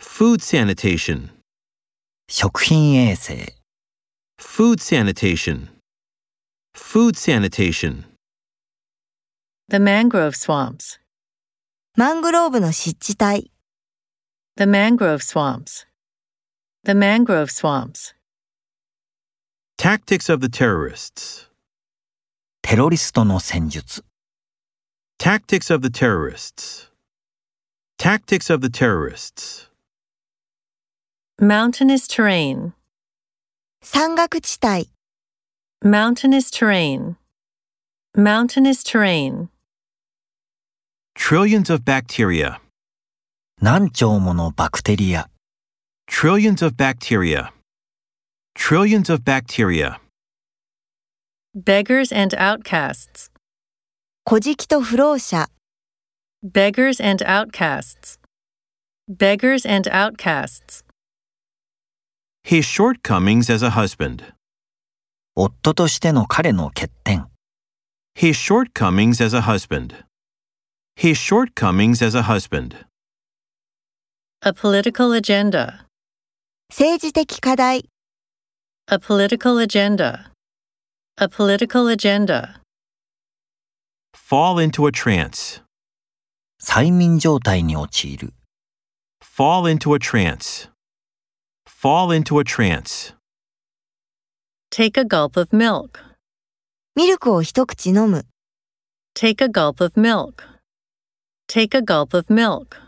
Food sanitation. 食品衛生、 Food sanitation. Food sanitation. The mangrove swamps. マングローブの湿地帯、 The mangrove swamps. The mangrove swamps. Tactics of the terrorists. テロリストの戦術、 Tactics of the terrorists. Tactics of the terrorists. Mountainous terrain. 山岳地帯、 Mountainous terrain. Mountainous terrain. Trillions of bacteria. 何兆ものバクテリア、 Trillions of bacteria. Trillions of bacteria. Beggars and outcasts. 小敷と不老者、 Beggars and outcasts. Beggars and outcasts. His shortcomings as a husband. 夫としての彼の欠点、 His shortcomings as a husband. His shortcomings as a husband. A political agenda. 政治的課題、 A political agenda. A political agenda. Fall into a trance. 催眠状態に陥る、 Fall into a trance. Fall into a trance. Take a gulp of milk. ミルクを一口飲む。 Take a gulp of milk. Take a gulp of milk.